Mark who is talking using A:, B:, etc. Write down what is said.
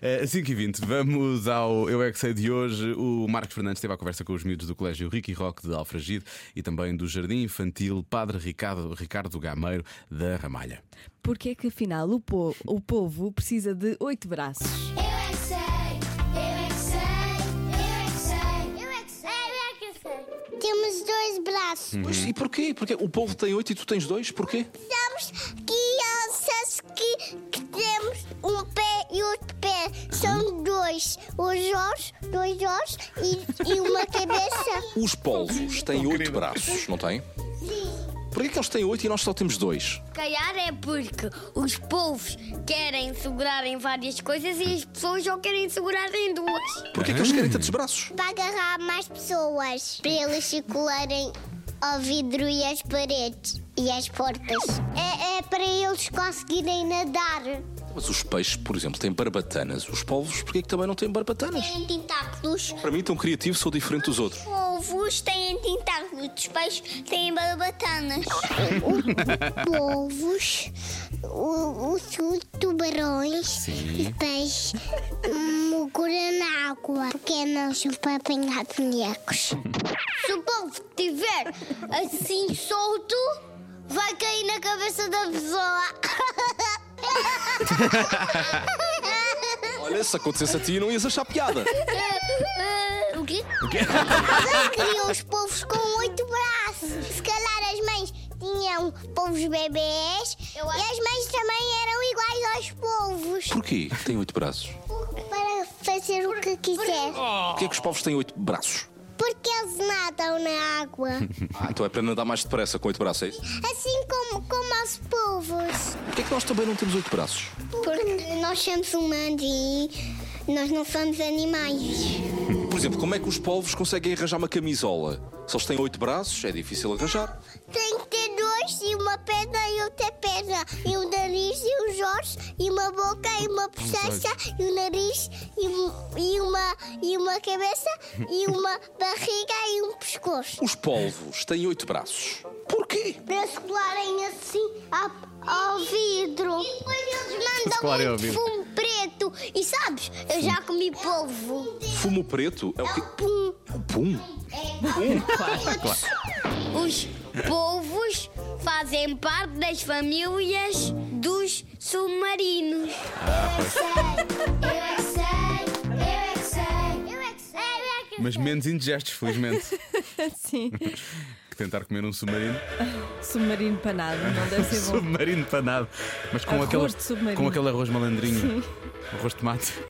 A: Eh, 5h20, vamos ao Eu é que sei de hoje. O Marcos Fernandes teve a conversa com os miúdos do Colégio Ricky Rock de Alfragide e também do Jardim Infantil Padre Ricardo, Ricardo Gameiro da Ramalha.
B: Porque é que afinal o, po- o povo precisa de oito braços?
C: Eu é que sei, eu é que sei, eu é que sei, eu é que sei, eu é que sei, eu é que sei. Temos dois braços.
D: Pois, e porquê? Porquê? O povo tem oito e tu tens dois? Porquê?
C: Somos crianças que, que temos um pé e outro pé. São dois. Os olhos, dois olhos e, e uma cabeça.
D: Os polvos têm oito braços, não têm? Porquê que eles têm oito e nós só temos dois?
E: calhar é porque os povos querem segurar em várias coisas e as pessoas só querem segurar em duas.
D: Porquê que eles querem tantos braços?
C: Para agarrar mais pessoas. Para eles circularem ao vidro e às paredes e às portas. É, é para eles conseguirem nadar.
D: Mas os peixes, por exemplo, têm barbatanas. Os polvos, porquê que também não têm barbatanas?
C: Tem tentáculos.
D: Para mim, tão criativo, sou diferente dos outros.
C: Povos têm tentáculos, os peixes têm barbatanas. Povos, o- os tubarões, os peixes mergulham na água porque não são para apanhar bonecos.
E: Se o povo estiver assim solto, vai cair na cabeça da pessoa.
D: Olha, se acontecesse a ti, não ias achar piada.
E: o quê?
C: Quem criou os povos com oito braços? Se calhar as mães tinham povos bebês e
E: Eu acho-
C: as mães também eram iguais aos povos.
D: Porquê que têm oito braços?
C: Para fazer o que quiser.
D: Porquê que os povos têm oito braços?
C: Porque eles nadam na água.
D: Ah, então é para nadar mais depressa com oito braços, é isso?
C: Assim como, como os povos.
D: Porquê que nós também não temos oito braços?
C: Porque nós somos humanos e nós não somos animais.
D: Por exemplo, como é que os polvos conseguem arranjar uma camisola? Se eles têm oito braços, é difícil arranjar.
C: Tem que ter dois e uma perna e outra perna. E o nariz e os olhos e uma boca e uma bochecha e o nariz e, um- e uma, e uma cabeça e uma barriga e um pescoço.
D: Os polvos têm oito braços. Porquê?
C: para secolarem assim ao, ao vidro. E depois eles
A: Secolarem ao
C: mandam
A: vidro.
C: muito fumo preto. E sabes, eu já comi polvo.
D: Fumo preto é o quê?
C: Pum. É.
D: O pum.
E: Os povos fazem parte das famílias dos submarinos.
D: Ah,
C: Eu é que sei, eu é que sei, eu é que sei, eu é que
A: Mas menos indigestos, felizmente,
B: Sim,
A: que tentar comer um submarino.
B: submarino panado, não deve ser bom.
A: Submarino para nada. Mas com,
B: Arroz
A: aquele,
B: de submarino.
A: com aquele arroz malandrinho. Arroz de tomate.